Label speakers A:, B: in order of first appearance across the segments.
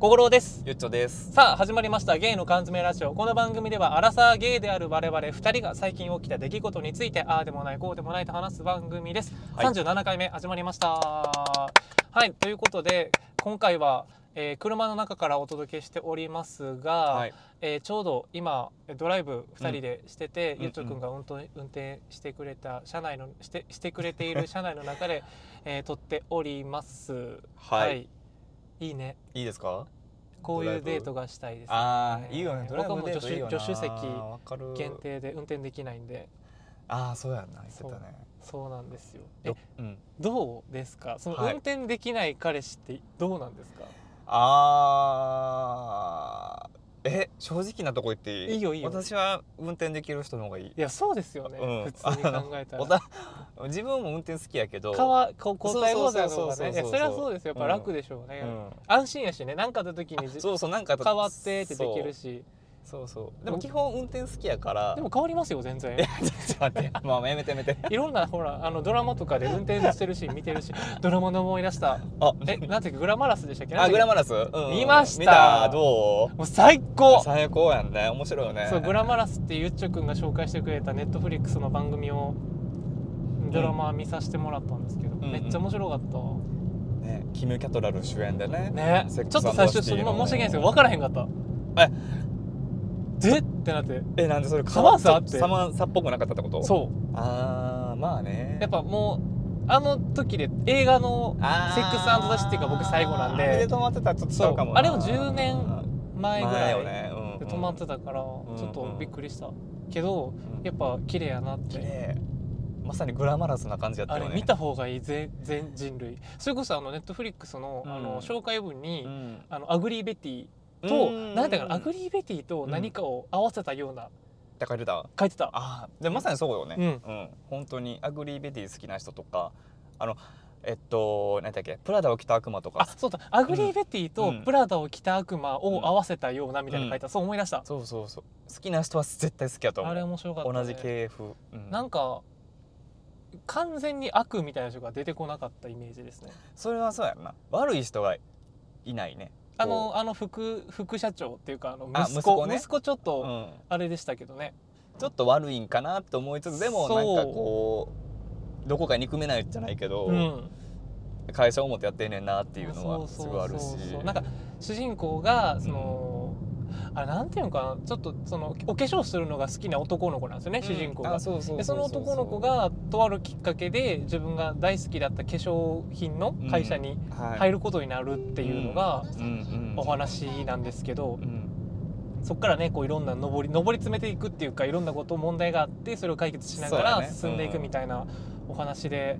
A: 小五郎です
B: ゆっちょです
A: さあ始まりましたゲイの缶詰ラジオこの番組ではアラサーゲイである我々2人が最近起きた出来事についてああでもないこうでもないと話す番組です、
B: はい
A: 37回目始まりましたはいということで今回は、えー車の中からお届けしておりますが、
B: はい
A: えーちょうど今ドライブ2人でしてて、
B: うん
A: ゆっちょくんが運転運転してくれた車内のしてしてくれている車内の中で、 えー撮っております
B: はい、い、、
A: いいね
B: いですか
A: こういう
B: ドライ
A: デ
B: ブ
A: ートがしたいです
B: ああ
A: はい
B: いよねドライブデートいいよな
A: 僕はもう助手助手席
B: わかる
A: 限定で運転できないんで
B: ああそうやんな言ってたね
A: そうなんですよえ
B: ようん
A: どうですかその
B: はい
A: 運転できない彼氏ってどうなんですか、
B: あーえ正直なとこ言っていい
A: いいよいいよ
B: 私は運転できる人の方がいい
A: いやそうですよね、
B: うん
A: 普通に考えた
B: お
A: ら
B: た自分も運転好きやけど
A: かわこ交代交代の方が
B: そうそうそうそう
A: ねいやそれはそうですよやっぱ楽でしょう
B: う
A: ね、
B: ん、
A: 安心やしね何かあった時にじ
B: そうそうなんか
A: 変わってってできるし
B: そうそうそうでも基本運転好きやから
A: でも変わりますよ全然
B: いや ちょっと待ってまあまあやめてやめて
A: いろんなほらあのドラマとかで運転してるシーン見てるしドラマの思い出した
B: あ
A: えなんていうかグラマラスでしたっけ
B: あグラ
A: マ
B: マラス、うん
A: 見ました
B: 見たど
A: もう最高
B: う最高やんね面白いよね
A: そうグラマラスっていうゆっちょくんが紹介してくれたネットフリックスの番組をドラマ見させてもらったんですけど、
B: んうん
A: めっちゃ面白かっ
B: ね、キム・キャトラル主演でね
A: た、ねち
B: セ
A: ょ
B: ッ
A: っ
B: クス
A: と最
B: アンド
A: 初
B: シ
A: ちょ
B: ティ
A: っ
B: の
A: と今申し訳ないんですけど分からへんかった
B: え
A: えってなって
B: えなんでそれ
A: サマンサって
B: サマンサっぽくなかったってことう
A: そう
B: あーまあね
A: やっぱもうあの時で映画の
B: あー
A: セックスアンドザシティが僕最後なんで
B: あれで止まってたらちょっとそうかもな
A: そうあれも10年前ぐら
B: 前
A: い
B: よね、うん
A: で止まって
B: た、
A: たからち
B: ん
A: ょっとびっくりしたけど
B: うん
A: やっぱ綺麗やなっ
B: 綺
A: て
B: 麗まさにグラマラスな感じやった
A: あ
B: よね
A: れ見た方がいい全全人類それこそあのネットフリックスの
B: うん
A: あの紹介文に
B: うん
A: あのアグリーベティと
B: うん
A: 何だかなアグリーベティと何かを合わせたような
B: って書いてた
A: 書いてた
B: あーでもまさにそうよね
A: う
B: うん、本当にアグリーベティ好きな人とかあのえっと何だっけプラダを着た悪魔と
A: あ
B: か
A: そうだアグリーベティと
B: うん
A: プラダを着た悪魔を合わせたようなみたいな書いてたそう思い出した
B: そうそうそう好きな人は絶対好きやと思う
A: あれ面白かったね
B: 同じ系風、うん
A: なんか完全に悪みたいな人が出てこなかったイメージですね
B: それはそうやんな悪い人がいないね
A: あのあの副副社長っていうかあの息
B: あ
A: 子息
B: 息
A: 子,、
B: 子ね
A: ちょっ
B: こう、う
A: と
B: ん、
A: あれでしたけどね、
B: ちょっと悪いんかなと思いつつでも
A: そ
B: な
A: うん
B: かこうどこか憎めないじゃないけど、
A: うん、
B: 会社を持ってやってんねんなっていうのはす
A: そうそうそうそう
B: ごいあるし
A: なんか主人公がその、あれなんていうのかなちょっとそのお化粧するのが好きな男の子なんですよね、主人公
B: うん
A: が
B: あ。そうそうう
A: でそうの男の子がとあるきっかけで自分が大好きだった化粧品の会社に入
B: る
A: ることになるっていうのが
B: うんうん
A: お話なんですけど
B: うん
A: そこからねこういろんな上り上り詰めていくっていうかいろんなこと問題があってそれを解決しなが
B: そうだ
A: ら
B: ね
A: 進んでいくみたいなお話で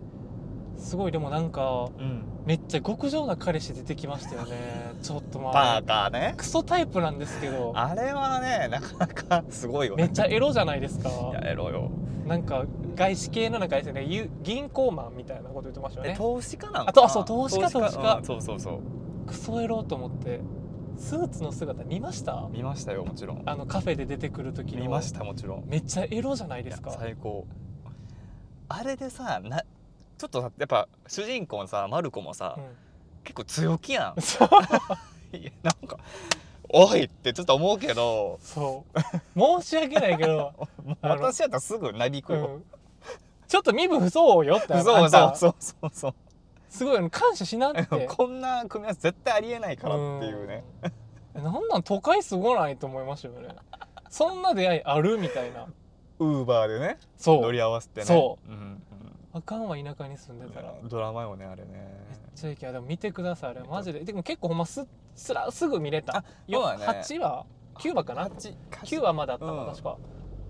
A: すごいでもなんか
B: うん
A: めっちゃ極上な彼氏出てきましたよね ちょっとま
B: バ
A: あ
B: ーカーね
A: クソタイプなんですけど
B: あれはねなかなかすごいよ
A: め
B: ね
A: っちゃエロじゃないですか
B: やめろよ
A: なんか外資系の中ですよねゆ銀行マンみたいなこと言ってましたよ
B: え
A: ね
B: 投資家なの
A: あとあそう投資家投資家
B: うんそうそうそう
A: クソエロと思ってスーツの姿見ました
B: 見ましたよもちろん
A: あのカフェで出てくる時の
B: 見ましたもちろん
A: めっちゃエロじゃないですか
B: いや最高あれでさなちょっとさやっぱ主人公のさマルコもさ、
A: う
B: 結構強気や
A: んそうん
B: いやなんか「おい!」ってちょっと思うけど
A: そう申し訳ないけ ど、
B: もう
A: あの
B: 私やったらすぐなびく
A: う
B: よ、
A: ん、ちょっと身分不相応よってあの
B: そう
A: あ
B: そ
A: ん
B: う
A: た
B: そうそうそう
A: すごいあの感謝し なって
B: こんな組み合わせ絶対ありえないからっていうね、
A: うんなんなん都会すごないと思いましたよねそんな出会いあるみたいな
B: ウーバーでね
A: そ
B: 乗
A: う
B: り合わせてね
A: そ
B: うんうん
A: あかんは田舎に住んでたらめっ
B: ドラマよねあれね
A: ちゃいけないでも見てくださいあれマジででも結構ほんますすらすぐ見れたよ
B: そうだね
A: 8話9話かな
B: 8
A: 9話まだあったの、
B: うん
A: 確か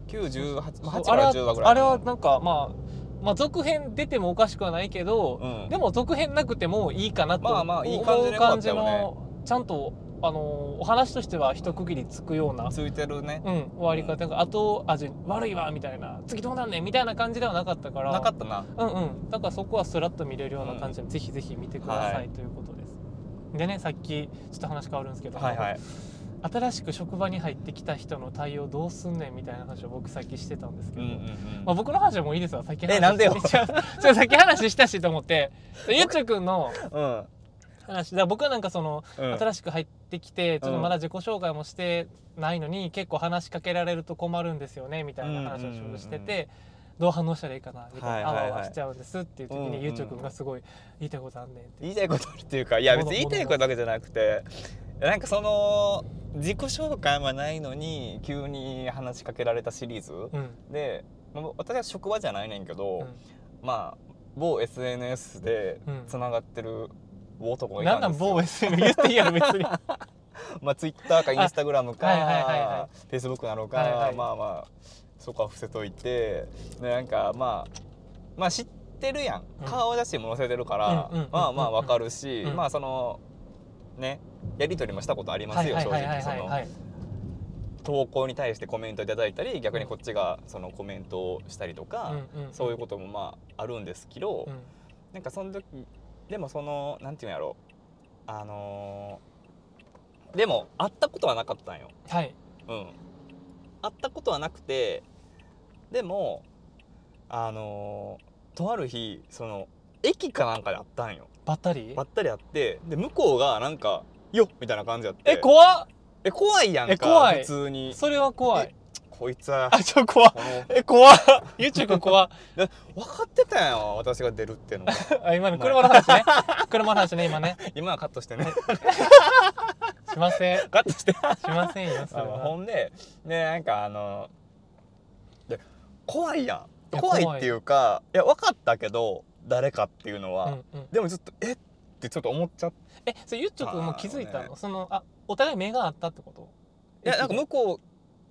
B: 918まあ
A: そう
B: 8から
A: あれ
B: 10話ぐ
A: は
B: らい
A: あれはなんかまあまあ続編出てもおかしくはないけど、
B: うん
A: でも続編なくてもいいかなと
B: まあまあいい感じでよかったよね
A: 思う感じのちゃんとあのお話としては一区切りつくような、
B: ついてるね
A: うん、終わり方なんか後味悪いわみたいな次どうなんねんみたいな感じではなかったから
B: なかったな
A: うんうん、だからそこはスラッと見れるような感じで、ぜひぜひ見てください、
B: はい
A: ということです。でねさっきちょっと話変わるんですけど、
B: はいはい
A: 新しく職場に入ってきた人の対応どうすんねんみたいな話を僕さっきしてたんですけ
B: うん
A: ど、
B: うんうん
A: まあ、僕の話はもういいですわ先話
B: えなんでよ
A: じゃあじゃあ先話したしと思ってゆっちょくんの
B: うん
A: 話だから僕はなんかその、
B: うん
A: 新しく入ってきてちょっとまだ自己紹介もしてないのに、結構話しかけられると困るんですよねみたいな話をちょうどしてて、
B: うんうん
A: どう反応したらいいかなみたいな、
B: はいはいはい
A: あわあわしちゃうんですっていう時に、
B: うんうん
A: ゆうちょくんがすごい言いたいことあんねんって
B: 言いたいことあるっていうかいや別に言いたいことだけじゃなくてなんかその自己紹介はないのに急に話しかけられたシリーズ
A: うん、
B: でまあ私は職場じゃないねんけど、
A: う
B: まあ某 SNS で
A: うん
B: つながってる男が
A: ん、
B: い
A: なんな
B: た
A: んん
B: ですよ、
A: 某 SN 言っていいやろ別に
B: まあ Twitter か Instagram
A: はいはいはいは
B: か Facebook なのか、
A: はいはい
B: まあまあそこは伏せといてでなんかまあまあ知ってるやん
A: うん
B: 顔出しも載せてるから、
A: うんうんうんうん
B: まあまあわかるし、
A: うん
B: まあそのねやり取りもしたことありま
A: は
B: す
A: い
B: よ
A: はい
B: 正
A: はいは
B: 直
A: い
B: そ
A: はい
B: の
A: はい
B: 投稿に対してコメントいただいたり逆にこっちがそのコメントをしたりとか、
A: うんうん
B: そういうこともまああるんですけど、
A: うん
B: なんかその時でもそのなんていうんやろあのーでも会ったことはなかったんよ、
A: はい
B: うん、会ったことはなくてでもあのーとある日その駅かなんかで会ったんよ
A: ばったり
B: ばったり会ってで向こうがなんか「よっ!」みたいな感じやって
A: え怖っ
B: え怖いやんか
A: え怖い
B: 普通に
A: それは怖い
B: こいつは
A: あちょ怖っ
B: この
A: え怖っ YouTube 怖っ
B: 分かってたんよ私が出るって の
A: あ今の車の話 ね車の話ね今ね
B: 今はカットしてね
A: しません
B: カットして
A: しませんよ それ
B: あのほ
A: は
B: んでねなんかあので怖いや
A: い
B: ん
A: や
B: 怖いっていうかいや分かったけど誰かっていうの
A: う
B: は、
A: んうん
B: でもちょっとえってちょっと思っちゃっ
A: え
B: て
A: それゆっちょくんも気づいた
B: あー
A: の、
B: ね
A: そのあお互い目があったってこと
B: いやなんか向こう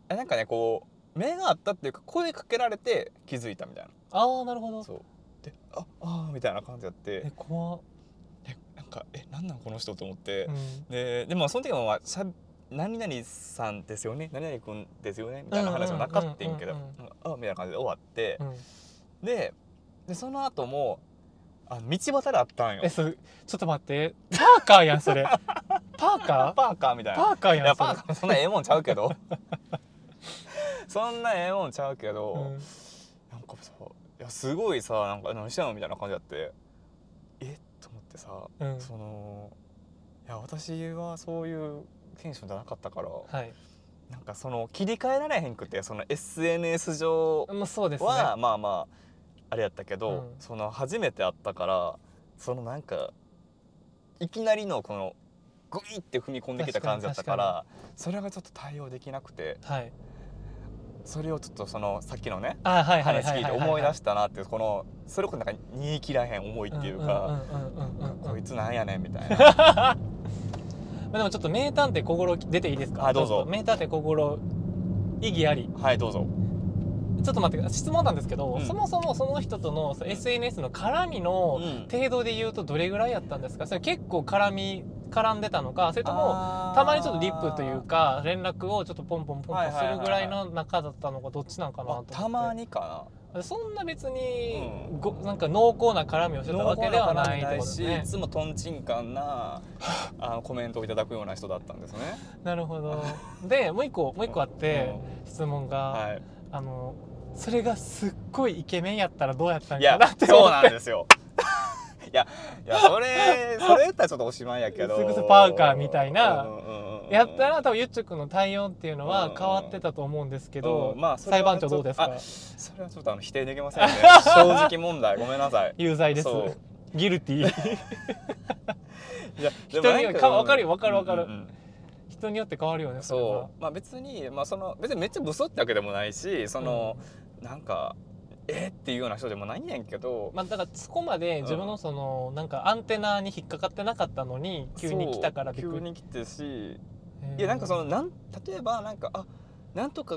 B: えなんかねこう目があったっていうか声かけられて気づいたみたい
A: ああなるほ
B: な
A: ど
B: そうでああーみたいな感じやって
A: え怖っ、
B: えなんかえなんなんこの人と思って、
A: うん、
B: ででもその時はまあしゃ何々さんですよね何々君ですよねみたいな話もなかったんやけど
A: うんうん
B: なんかあみたいな感じで終わって
A: う、ん、
B: ででその後もあ道端で会ったんよ
A: えそれちょっと待ってパーカーやんそれパーカー
B: パーカーみたいな
A: パーカー
B: い
A: や
B: や
A: んそ
B: パ
A: れ
B: ーカーそんなええもんちゃうけど そんなええもんちゃうけど、
A: うん
B: なんかさいやすごいさなんか何してんのみたいな感じだってえと思ってさ、
A: うん
B: そのいや私はそういうテンションじゃなかったから、
A: はい
B: なんかその切り替えられへんくてその SNS 上
A: まあそうですね
B: は、まあまああれやったけど、
A: うん
B: その初めて会ったからそのなんかいきなりのこのグイって踏み込んできた感じだったからそれがちょっと対応できなくて
A: はい
B: それをちょっとそのさっきのね
A: あーはいはい
B: 話
A: は
B: 聞
A: い
B: い
A: は
B: て
A: い
B: 思い出したなっていうこのそれこそなんか煮え切らへん思いっていうか、
A: うんうんうんうんうんうん
B: こいつなんやねんみたい な
A: まあでもちょっと名探偵小五郎出ていいですか
B: あどうぞ
A: ちょっと名探偵小五郎意義あり
B: はいどうぞ
A: ちょっと待ってください質問なんですけど、
B: うん
A: そもそもその人とのその SNS の絡みの
B: うん
A: 程度で言うとどれぐらいやったんですかそれ結構絡み絡んでたのかそれとも
B: あー
A: たまにちょっとリップというか連絡をちょっとポンポンポンポンするぐらいの仲だったのかどっちなんかなと思
B: あ
A: って
B: たまにか
A: そんな別に
B: うん
A: ごなんか濃厚な絡みをして
B: な
A: たわけではないってこ
B: 濃厚な絡みな
A: と
B: い
A: です
B: し、
A: ね
B: いつもとんちんかんなあのコメントをいただくような人だったんですね。
A: なるほどでもう一個もう一個あって質問が、
B: うんはい
A: あのそれがすっごいイケメンやったらどうやったん
B: い
A: か
B: や
A: なって
B: そう
A: 思
B: な
A: っ
B: ん
A: て
B: ですよいやいやそれそれやったらちょっとおしまいやけど
A: それこそパーカーみたいな
B: うんうんうん
A: やったら多分ゆっちょくんの対応っていうの
B: う
A: は
B: ん
A: 変わってたと思うんですけど、
B: うんまあそれ
A: 裁
B: は
A: 判長どうですか
B: それはちょっとあの否定できま せんね正直問題ごめんなさい
A: 有罪です
B: そ
A: ギルティ ー
B: いやで
A: 人によ
B: なん
A: かわかるよわかるわかる
B: うんうんうん
A: 人によって変わるよねそれは
B: そうまあ別にまあその別にめっちゃブソってわけでもないしその、なんかえっていうような人でもないんやけど、
A: まあ、だからそこまで自分のその、なんかアンテナに引っかかってなかったのに急に来たからびっ
B: そう
A: く
B: 急
A: り
B: に来てし
A: へー
B: いやなんかそのなん例えばなんかあなんとか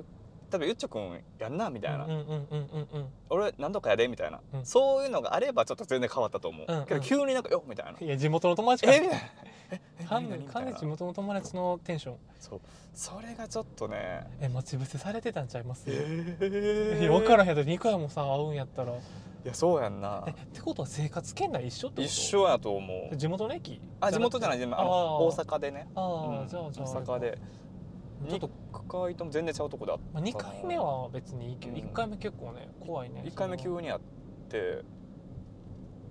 B: 例えばゆっちょくんやんなみたいな、
A: うんうんうんうんうん
B: 俺なんとかやでみたいな、
A: うん
B: そういうのがあればちょっと全然変わったと思う、
A: うんうん
B: けど急になんかよっみたいな
A: う。んいや地元の友達か
B: え
A: ら
B: みたいなええ
A: 完
B: 何
A: 全に
B: 何み
A: 完
B: たい
A: 全に
B: な
A: 地元の友達のテンション
B: そうそれがちょっとね
A: え待ち伏せされてたんちゃいます
B: え
A: いや分からへんけど2回もさ会うんやったら
B: いやそうやんな
A: えってことは生活圏内一緒ってこと
B: 一緒やと思う
A: 地元の駅
B: あ地元じゃない地元あの大阪でね
A: あーあー、
B: うん
A: じゃあじゃあ
B: 大阪で
A: ちょっと、
B: 2回とも全然ちゃうとこであった
A: まあ、2回目は別にいいけど
B: うん
A: 1回目結構ね怖いね
B: 1回目急
A: それは
B: にやって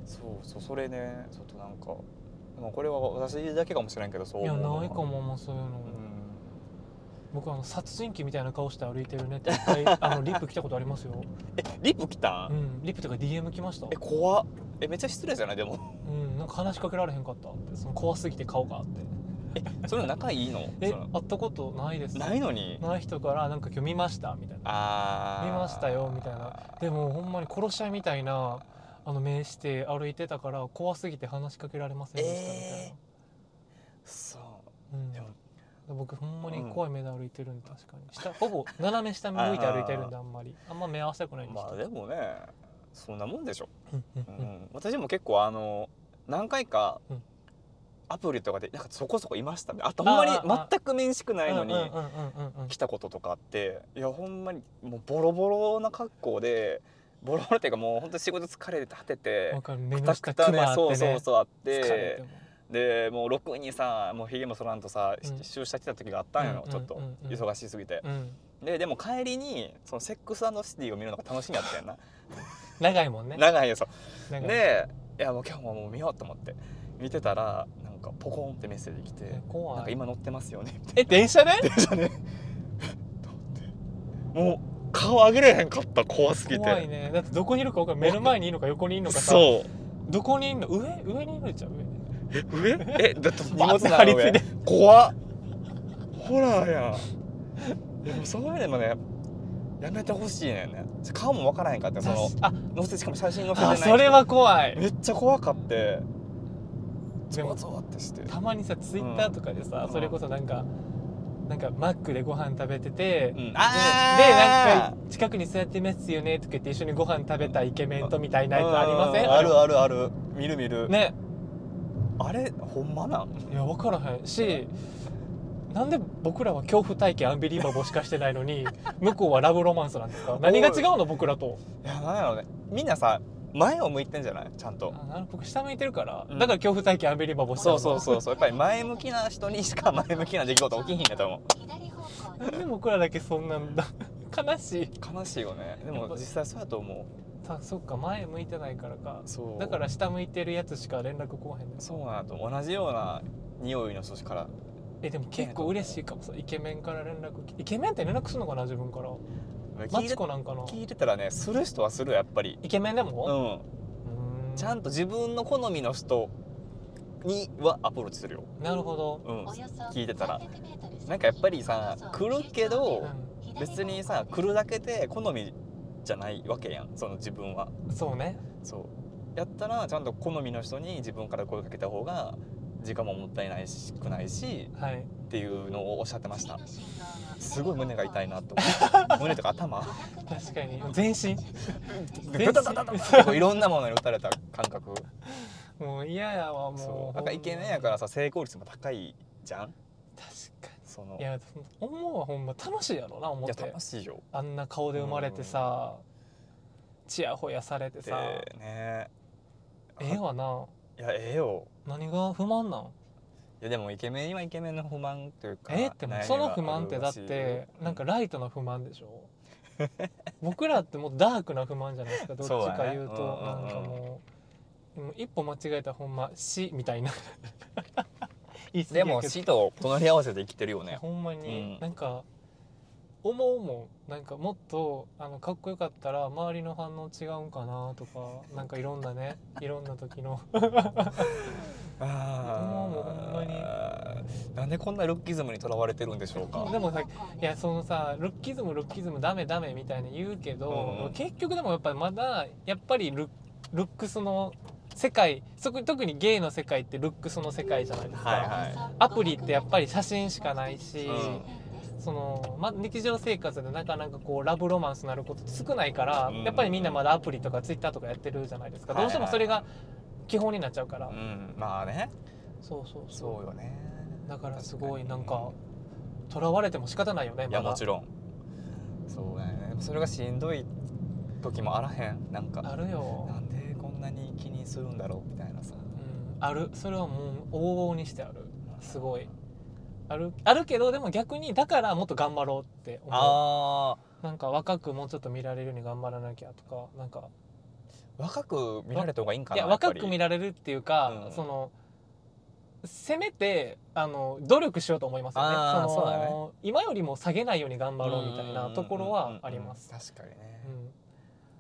B: そうそうそれねちょっとなんかもうこれは私だけかもしれんけどそう
A: いや
B: 思うのは
A: ないかももうそういうの、
B: うん
A: 僕あの殺人鬼みたいな顔して歩いてるねって一回あのリップ来たことあります よ、
B: えリップ来た
A: うんん、リップとか DM 来ました
B: え怖っえめっちゃ失礼じゃないでも
A: うんなんか話しかけられへんかったってその怖すぎて顔があって
B: それ仲いいの
A: え
B: その
A: 会ったことないです
B: ないのに
A: ない人からなんか今日見ましたみたいな
B: あー
A: 見ましたよみたいなでもほんまに殺し屋みたいなあの目して歩いてたから怖すぎて話しかけられませんでしたみたいな
B: え、そう
A: うん
B: でも
A: 僕ほんまに
B: うん
A: 怖い目で歩いてるんで確かに下ほぼ斜め下向いて歩いてるんであんまりあんま目合わせたくないんです
B: まあでもねそんなもんでしょ、
A: うんうん
B: う
A: うん
B: ん、私も結構あの何回か
A: うん
B: アプリとかでなんかそこそこいましたねあとほんまに
A: あーあー
B: 全く面識ないのに
A: うんうんうんうんうん
B: 来たこととかあっていやほんまにもうボロボロな格好でボロボロっていうかもう本当仕事疲れて果てて
A: わかる目
B: く
A: の
B: た
A: 下ク
B: く
A: マ
B: たで
A: あって
B: そ
A: ね
B: うそうそうあっ
A: 疲れて
B: て
A: も
B: でもうろくにさもうひげもそらんとさ
A: うん
B: 出社してた時があったんよ
A: うん
B: ちょっと
A: うんうんうん
B: 忙しすぎて
A: うん
B: ででも帰りにそのセックスシティを見るのが楽しみやったよな
A: 長いもんね
B: 長いよそう
A: 長い
B: でいやもう今日ももう見ようと思って見てたらなんかポコンってメッセージ来て「なん
A: 怖
B: か
A: い
B: 今乗ってますよね」みたいな
A: え電車で
B: 電車ねと思ってもう顔上げれへんかった怖すぎて
A: 怖いねだってどこにいるか分かんない目の前にいるのか横にいるのかさ
B: そう
A: どこにいるの上上にいるじゃん上
B: え上えだって荷
A: バー
B: 物
A: ッと
B: な
A: 張り
B: の
A: 付い
B: 上
A: て
B: 怖っホラーやんでもそういうのもねやめてほしいねんね顔もわからへんかってその
A: あ
B: 載せしかも写真載せてな
A: あ
B: い
A: それは怖い
B: めっちゃ怖かって
A: で
B: ゾ
A: も
B: ワゾワってして
A: たまにさツイッターとかでさ、
B: うん
A: それこそなんかなんかマックでご飯食べてて、
B: うん
A: ででなんか近くに座ってますよねとか言って一緒にご飯食べたイケメンとみたいなやつありません
B: うあるあるある見る見る、
A: ね
B: あれほんまなん
A: いや分からへんしなんで僕らは恐怖体験アンビリーバボーしかしてないの に向こうはラブロマンスなんですか何が違うの僕らと
B: いやなんやろうねみんなさ前を向いてんじゃないちゃんと
A: あなる僕下向いてるから、
B: うん
A: だから恐怖体験アンビリーバボーした
B: そうそう
A: う
B: そうそうやっぱり前向きな人にしか前 向きな出来事起きひんねと思
C: 左方向
A: なんで僕らだけそんなん だ悲しいう
B: 悲しいよねでも実際そうやと思
A: さそっか前向いてないからか
B: うそう
A: だから下向いてるやつしか連絡来おへんねん
B: そうなんやと思う同じような匂いの人から
A: えでも結構嬉しいかもさイケメンから連絡きイケメンって連絡するのかな自分からマ
B: 聞い
A: ツ
B: て
A: コなんかな
B: 聞いてたらねする人はするやっぱり
A: イケメンで
B: う
A: も、
B: ん
A: うー
B: ちゃんと自分の好みの人にはアプローチするよ
A: なるほど、
B: うん
C: およそ
B: 聞いてたら
C: 300m
B: なんかやっぱりさ来るけど
C: 左
A: う
C: 方向
B: 別にさ来るだけで好みじゃないわけやんその自分は
A: ん、そうね
B: そうやったらちゃんと好みの人に自分から声かけた方が時間ももったいないしくないし
A: はい
B: っていうのをおっしゃってま した
C: 次の信号は
B: すごい胸が痛いなと思って胸とか頭
A: 確かに全 身
B: でドタドタドタこういろんなものに打たれた感覚
A: もう嫌やわもう
B: そ
A: ほ
B: うんなん
A: ま
B: かイケメンやからさ成功率も高いじゃん
A: 確か
B: その
A: にいや思うはほんま楽しいやろな思
B: い
A: っ
B: や
A: て
B: 楽しいよ
A: あんな顔で生まれてさちやほやされて
B: って
A: さえ
B: ね
A: えわない
B: やええよ
A: 何が不満なん
B: いやでもイケメンにはイケメンの不満というか
A: えってもう
B: 悩み
A: その
B: が
A: 不満って
B: ある
A: だ
B: ら
A: っ
B: しいよ
A: てなんかライトな不満でしょ 僕らってもうダークな不満じゃないですかどっち
B: そう
A: か
B: だね
A: 言うと
B: うんうんうん
A: なんかもうもう一歩間違えたらほんま死みたいな 言い過ぎ
B: で
A: やけど
B: も死と隣り合わせで生きてるよね
A: ほんまに、
B: うん
A: なんか思うもんなんかもっとあのかっこよかったら周りの反応違うんかなとかなんかいろんなねいろんな時の
B: あ
A: もうほんまに
B: になんでこんなルッキズムにとらわれてるんでしょうか
A: でもさいやそのさルッキズムルッキズムダメダメみたいな言うけど、
B: うん
A: 結局でもやっぱりまだやっぱりルルックスの世界そこ特にゲイの世界ってルックスの世界じゃないですか、
B: はいは
A: アプリってやっぱり写真しかないし、
B: うん
A: その、ま、日常生活でなかなかこうラブロマンスになることって少ないから、
B: うん
A: やっぱりみんなまだアプリとかツイッターとかやってるじゃないですか、
B: はい
A: どう
B: はい
A: してもそれが基本になっちゃうから、
B: うんまあね
A: そうそうそう
B: そうよね
A: だからすごい
B: 確
A: な
B: に
A: んかとらわれても仕方ないよね
B: いや
A: ま
B: も
A: だ
B: ちろんそうやねでもそれがしんどい時もあらへんなん
A: あ
B: か
A: るよ
B: なんでこんなに気にするんだろうみたいなさ
A: うんあるそれはもう往々にしてあるすごいあるあるけどでも逆にだからもっと頑張ろうって思
B: あ
A: うなんか若くもうちょっと見られるように頑張らなきゃとかなんか
B: ー若く見られた方がいいんか
A: い
B: な
A: や若く見
B: ら
A: られるっていうか、
B: うん
A: そのせめてあの努力しようと思いますよね
B: あー
A: その
B: そうだ
A: 今よりも下げないように頑張ろうみたいなところはあります、
B: うんうんうん確かにね
A: う、ん、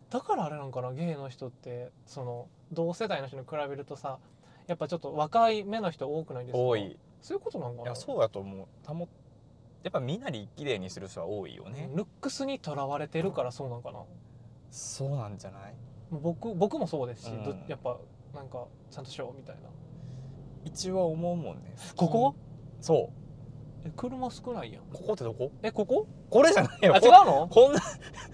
A: だからあれなんかなゲイの人ってその同世代の人に比べるとさやっぱちょっと若い目の人多くないですか
B: 多い
A: そういうことなんか
B: い
A: な
B: やそうやと思うたもやっぱ身なり綺麗にする人は多いよね、
A: ルックスにとらわれてるからそうなんかな
B: そうなんじゃない
A: 僕僕もそうですし、ど
B: うん
A: やっぱなんかちゃんとしようみたいな
B: 一応は思うもんね
A: ここ
B: そ
A: え車少ないやん
B: うここってどこ
A: えここ
B: これじゃないよ
A: あ違う
B: こ
A: の
B: こんな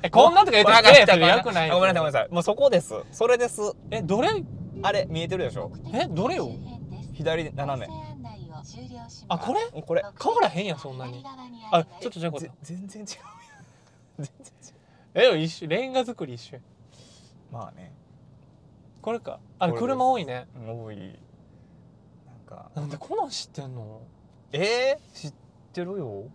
A: えこんなとか言ってな かったらよくない
B: あごめんなさいごめんなさいもうそこですそれです
A: えどれ
B: あれ見えてるでしょ
A: えどれを
B: 左斜め
A: あこれ
B: これ
A: 変わらへんやんそんなにあちょっとじゃあこれ
B: ぜ全然違うやん 全然違
A: え一緒レンガ作り一緒
B: うまあね
A: これかあ
B: これです
A: 車多いね
B: 多いなんか
A: なんでこんなん知ってんの
B: えー、知ってるよ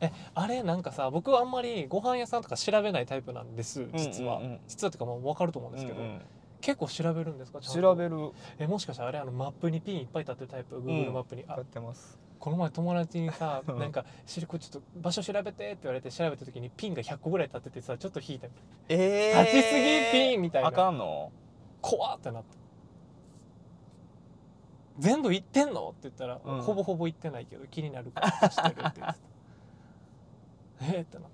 A: えあれなんかさ僕はあんまりご飯屋さんとか調べないタイプなんです実は、
B: うんうんうん
A: 実はっていうかもう分かると思うんですけど、
B: うんうん
A: 結構調べるんですかちゃんと
B: 調べる
A: えもしかしたらあれあのマップにピンいっぱい立ってるタイプ Google マップに、あ
B: やってます
A: この前友達にさ
B: うん
A: なんか「シルクちょっと場所調べて」って言われて調べた時にピンが100個ぐらい立っててさちょっと引いた
B: え
A: 立ちすぎピンみたいな
B: あかんの
A: 怖ってなった全部行ってんのって言ったら、
B: うん
A: ほぼほぼ行ってないけど気になるからしてるって言ってた えーってなっ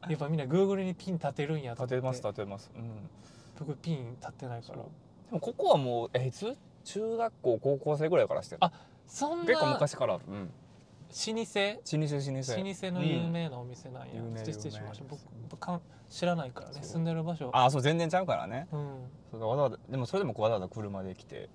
A: たやっぱみんな Google にピン立てるんやと思っ
B: 立てます立てますうん
A: 僕ピン立ってないから
B: でもここはもうえいつ中学校高校生ぐらいからしてる
A: あそんな
B: 結構
A: 老舗
B: 昔からあるうん老舗老舗
A: 老舗の有名なお店なんや、
B: うん有
A: ち
B: 名
A: ょっと失礼しました
B: 有名
A: 僕僕かん知らないからね
B: そう
A: 住んでる場所
B: あそう全然ちゃうからね
A: うん
B: そうわざわざでもそれでもわざわざ車で来て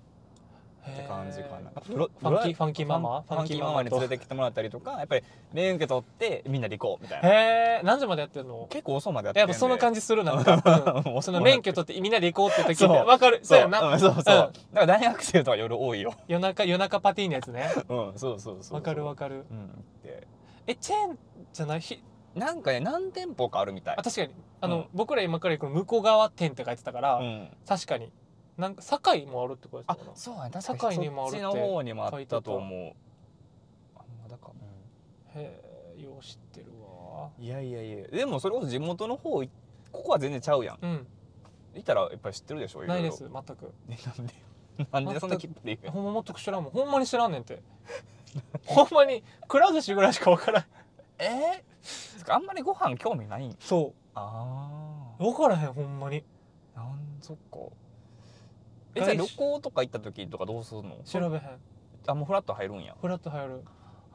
A: っ
B: って感じかな
A: フ
B: ブロ
A: ァンキーファンキーママ
B: ファンファンキーママに連れて
A: き
B: きてもらったりとかやっぱりレン受け取ってみんなで行こうみたいな
A: へえ何時までやってんの
B: 結構遅までやって
A: やっぱその感
B: じ
A: じするなん か、うんその免許取ってみんなで行こうって時
B: そう
A: わかるそうやな、
B: んそうそうだ
A: うん
B: から大学生とは夜多いよ
A: 夜中夜中パティーのやつね
B: うんそうそうそうそう
A: わかるわ
B: か
A: かる
B: るうんで
A: えチェーンじゃないひ
B: なんかね何店舗かあるみたい
A: あ確かにあの、
B: うん
A: 僕ら今から行く向こう側店って書いてたから、
B: うん
A: 確かになんか堺もあるってことです
B: あ
A: かな
B: そうやね
A: かに
B: 確かにそっちの方にもあったと思うあまだか、
A: へえよう知ってるわ
B: いやいやいやでもそれこそ地元の方いここは全然ちゃうやん
A: うん
B: いたらやっぱり知ってるでしょ
A: ない
B: ろ
A: で
B: ろ
A: す全く
B: ねなんで なんでそんなきっぱり言う
A: ほんま全く知らんもんほんまに知らんねんて ほんまにくら寿司ぐらいしかわからん
B: えーあんまりご飯興味ないん
A: そ
B: あ
A: うわからへんほんまに
B: あなんそっかえじゃあ旅行とか行った時とかどうするの
A: 調べへん
B: あもうフラット入るんや
A: フラッと入る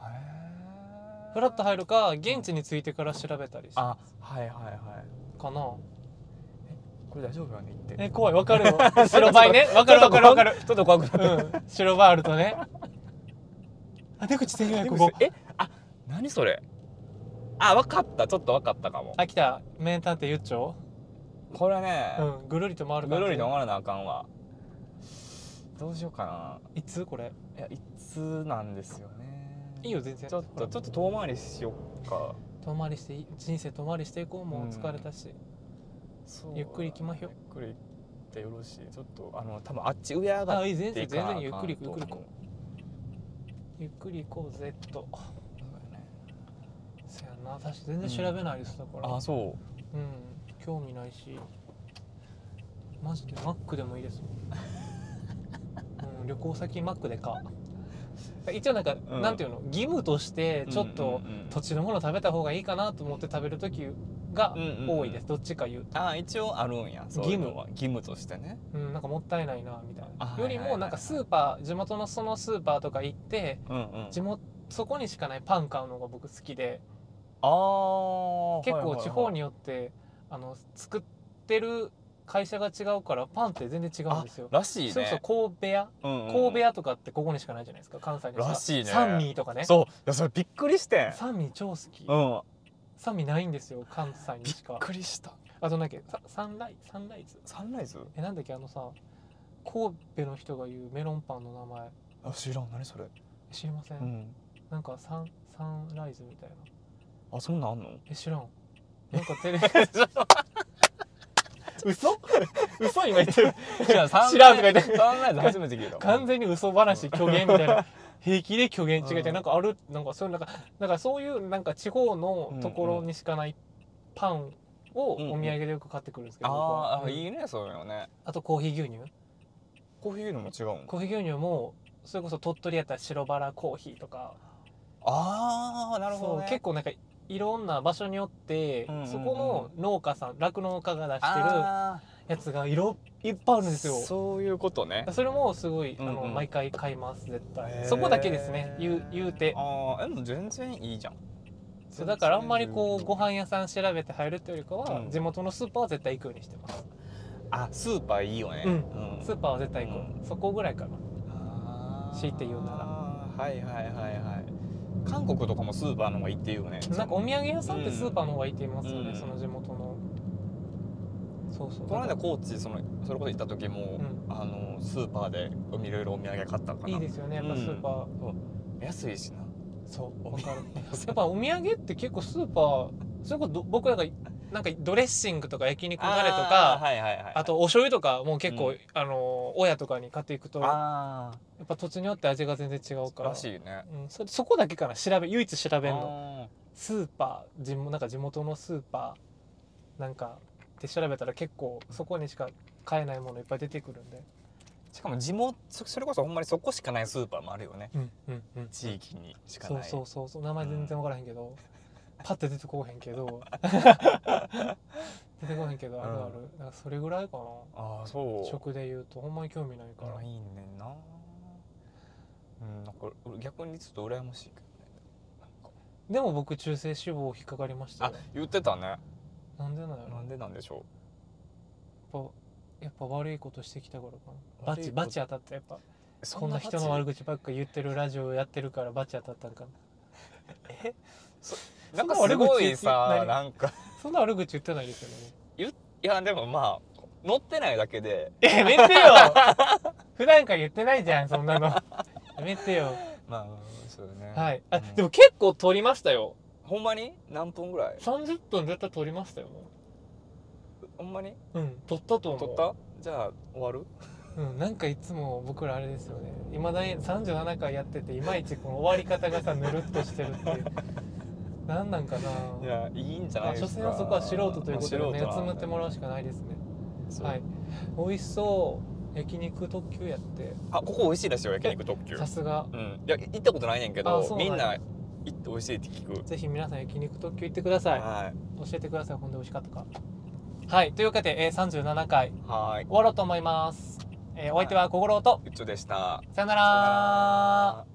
B: へ
A: フラッと入
B: る
A: るか現地に着いてから調べたりしか
B: あはいはいはい
A: な
B: これ大丈夫やね言って
A: え怖いわか るよ白バイねわかるわかるわかる
B: るちょっと怖くなっ
A: う
B: た
A: ん白バイあると ねあ出口専用やここ
B: えあ何それあ分かったちょっと分かったかも
A: あ来た名探偵ゆっちょ
B: これね
A: う、んぐるりと回る
B: ぐ
A: 感じ
B: るりと回らなあかんわどうしようか
A: いつこれ
B: ないやいつなんですよね
A: いいよ全然
B: ちょっ
A: ほ
B: と
A: ら
B: ちょっと遠回りしよっか
A: 遠回りしてい人生遠回りしていこうもう疲れたし、ゆっくり行きまひょ
B: ゆっくり行ってよろしいちょっとあの多分あっち上上がっ
A: あ
B: て
A: いい全
B: い
A: 然
B: か
A: 全
B: なあかん
A: 然ゆっくりゆっくり行
B: と
A: こ
B: 思
A: うゆっくり行こうぜっと
B: うそうだよね
A: そやな私全然調べないですだから
B: あそう
A: うん興味ないしマジでマックでもいいですもん、うん、旅行先マックでか一応なんか、
B: うん
A: なんていうの義務としてちょっと
B: うんうんうん
A: 土地のもの食べた方がいいかなと思って食べる時が
B: うんうんうん
A: 多いです、どっちか言うと、
B: あ一応あるんやそういうのは義務としてね
A: うん、なんかもったいないなみたいな
B: あ
A: より
B: はい
A: も
B: はいはいはい
A: なんかスーパー地元のそのスーパーとか行って
B: うんうん
A: 地元そこにしかないパン買うのが僕好きで
B: あー
A: 結構地方
B: はいはいはい
A: によってあの作ってる会社が違うからパンって全然違うんですよ
B: らしいね
A: そうそう神戸屋
B: うんうんうん
A: 神戸屋とかってここにしかないじゃないですか関西にから
B: しいね
A: 三味とかね
B: そういやそれびっくりしてん
A: 三味超好き
B: うん
A: 三味ないんですよ関西にしか
B: りした
A: あとなんだっけさサンライサンライズ
B: サンライズ
A: えなんだっけあのさ神戸の人が言うメロンパンの名前
B: あ知らん何それ
A: 知りません、
B: うん
A: なんかサンサンライズみたいな
B: あそんなんあんの
A: え知らんなんかテレビ
B: 嘘嘘今言ってる
A: じゃあ
B: 知らんと か言って
A: て
B: そんなやつ初めて聞いた
A: 完全に嘘話虚言みたい な平気で虚言違うって
B: うん
A: なんかあるなんかそういうなんかなんかそういうなんか地方のところにしかないパンをお土産でよく買ってくるんですけど、僕は
B: ああ
A: うん
B: いいねそういうのね
A: あとコーヒー牛乳
B: コーヒーのも違うん
A: コーヒー牛乳もそれこそ鳥取やったら白バラコーヒーとか
B: ああなるほど、
A: そう
B: ね、
A: 結構なんかいろんな場所によって、
B: うんうんうん
A: そこの農家さん酪農家が出してる
B: あ
A: やつが色いっぱいあるんです
B: ー
A: よ
B: そういうことね
A: それもすごい、あ
B: うん
A: の
B: うん
A: 毎回買います絶
B: へ
A: 対
B: ー
A: そこだけですね言う言うて
B: ああでも全然いいじゃん
A: そうだからあんまりこうご飯屋さん調べて入るっていうよりかは、
B: うん
A: 地元のスーパーは絶対行くようにしてます
B: あスーパーいいよね
A: うん
B: ん
A: スーパーは絶対行く、
B: う
A: そこぐらいかな
B: あー
A: 強いて言うなら
B: はいはいはいはい韓国とかもスーパーの方がいいっていうね
A: なんかお土産屋さんってスーパーの方がいいって言いますよね、
B: うん
A: その地元のそうそう
B: この間
A: だか
B: 高知そのそれこそ行った時も、
A: う
B: あのスーパーでいろいろお土産買ったからら
A: いいですよねやっぱスーパー、
B: 安いしな
A: そうわかるやっぱお土産って結構スーパーそれこそど僕なんかなんかドレッシングとか焼肉タレと
B: あー
A: か
B: はいはいはい
A: あとお醤油とかもう結構、
B: うん
A: あの親とかに買っていくとや
B: あ
A: っぱ土地によって味が全然違う
B: あ
A: から
B: らしいね
A: うん、それそこだけかな調べ唯一調べんの
B: の
A: スーパー地元なんか地元のスーパーなんかで調べたら結構そこにしか買えないものいっぱい出てくるんで
B: しかも地元そそれこそほんまにそこしかないスーパーもあるよね
A: うんうんうん
B: 地域にしか
A: そう
B: ない
A: そうそうそう名前全然分からへんけど、パッて出てこうへんけ ど出てこうへんけどあるある、なんかそれぐらいかな
B: ああそう
A: 食で言うとほんまに興味ないから、
B: あいいねんなうんなんか俺逆にちょっと羨ましいけどねなんか
A: でも僕中性脂肪引っかかりました
B: あ
A: よ
B: 言ってたね
A: なんでなんやろ
B: なんでなんでしょ
A: やっぱやっぱ悪いことしてきたからかなバ
B: 悪い
A: チ
B: こと
A: バチ当たったやっぱ
B: う
A: こんな人の悪
B: 口
A: 口ばっか言ってるラジオやってるからバチ当たったんかな
B: なんかすごい
A: そんな悪
B: さ
A: 口
B: なんか
A: そんな悪口言ってないですよ ね
B: いやでもまあ乗ってないだけで
A: やめてよ 普段から言ってないじゃんそんなの やめてよ
B: まあそうだね
A: はいあ、
B: うん
A: でも結構撮りましたよ
B: ほんまに何分ぐらい
A: 30分絶対撮りましたよ
B: ほんまに
A: うん撮ったと思う
B: 撮ったじゃあ終わる
A: うん、なんかいつも僕らあれですよねいまだに37回やってていまいちこの終わり方がさぬるっとしてるって いうなんなんか
B: い
A: な
B: やいいんじゃな
A: ま
B: い
A: あ
B: です
A: 所詮
B: か
A: はそこは素人ということで
B: まあ
A: 目
B: 素人
A: を
B: な
A: つ
B: ん
A: む
B: だ
A: ってもらうしかないですね
B: そう
A: はい美味しそう焼肉特急やって
B: あここ美味しいですよ焼肉特急
A: さすが
B: うんいや行ったことないねんけ
A: あ
B: ど
A: そうなん
B: み
A: や
B: んな行って美味しいって聞く
A: ぜひ皆さん焼肉特急行ってください
B: は
A: 教えてくださいほんで美味しかったかはいというわけで、えー、37回
B: いはーい
A: 終わろうと思います、えーお相手は心と
B: うっちょでした
A: さよなら
B: さよなら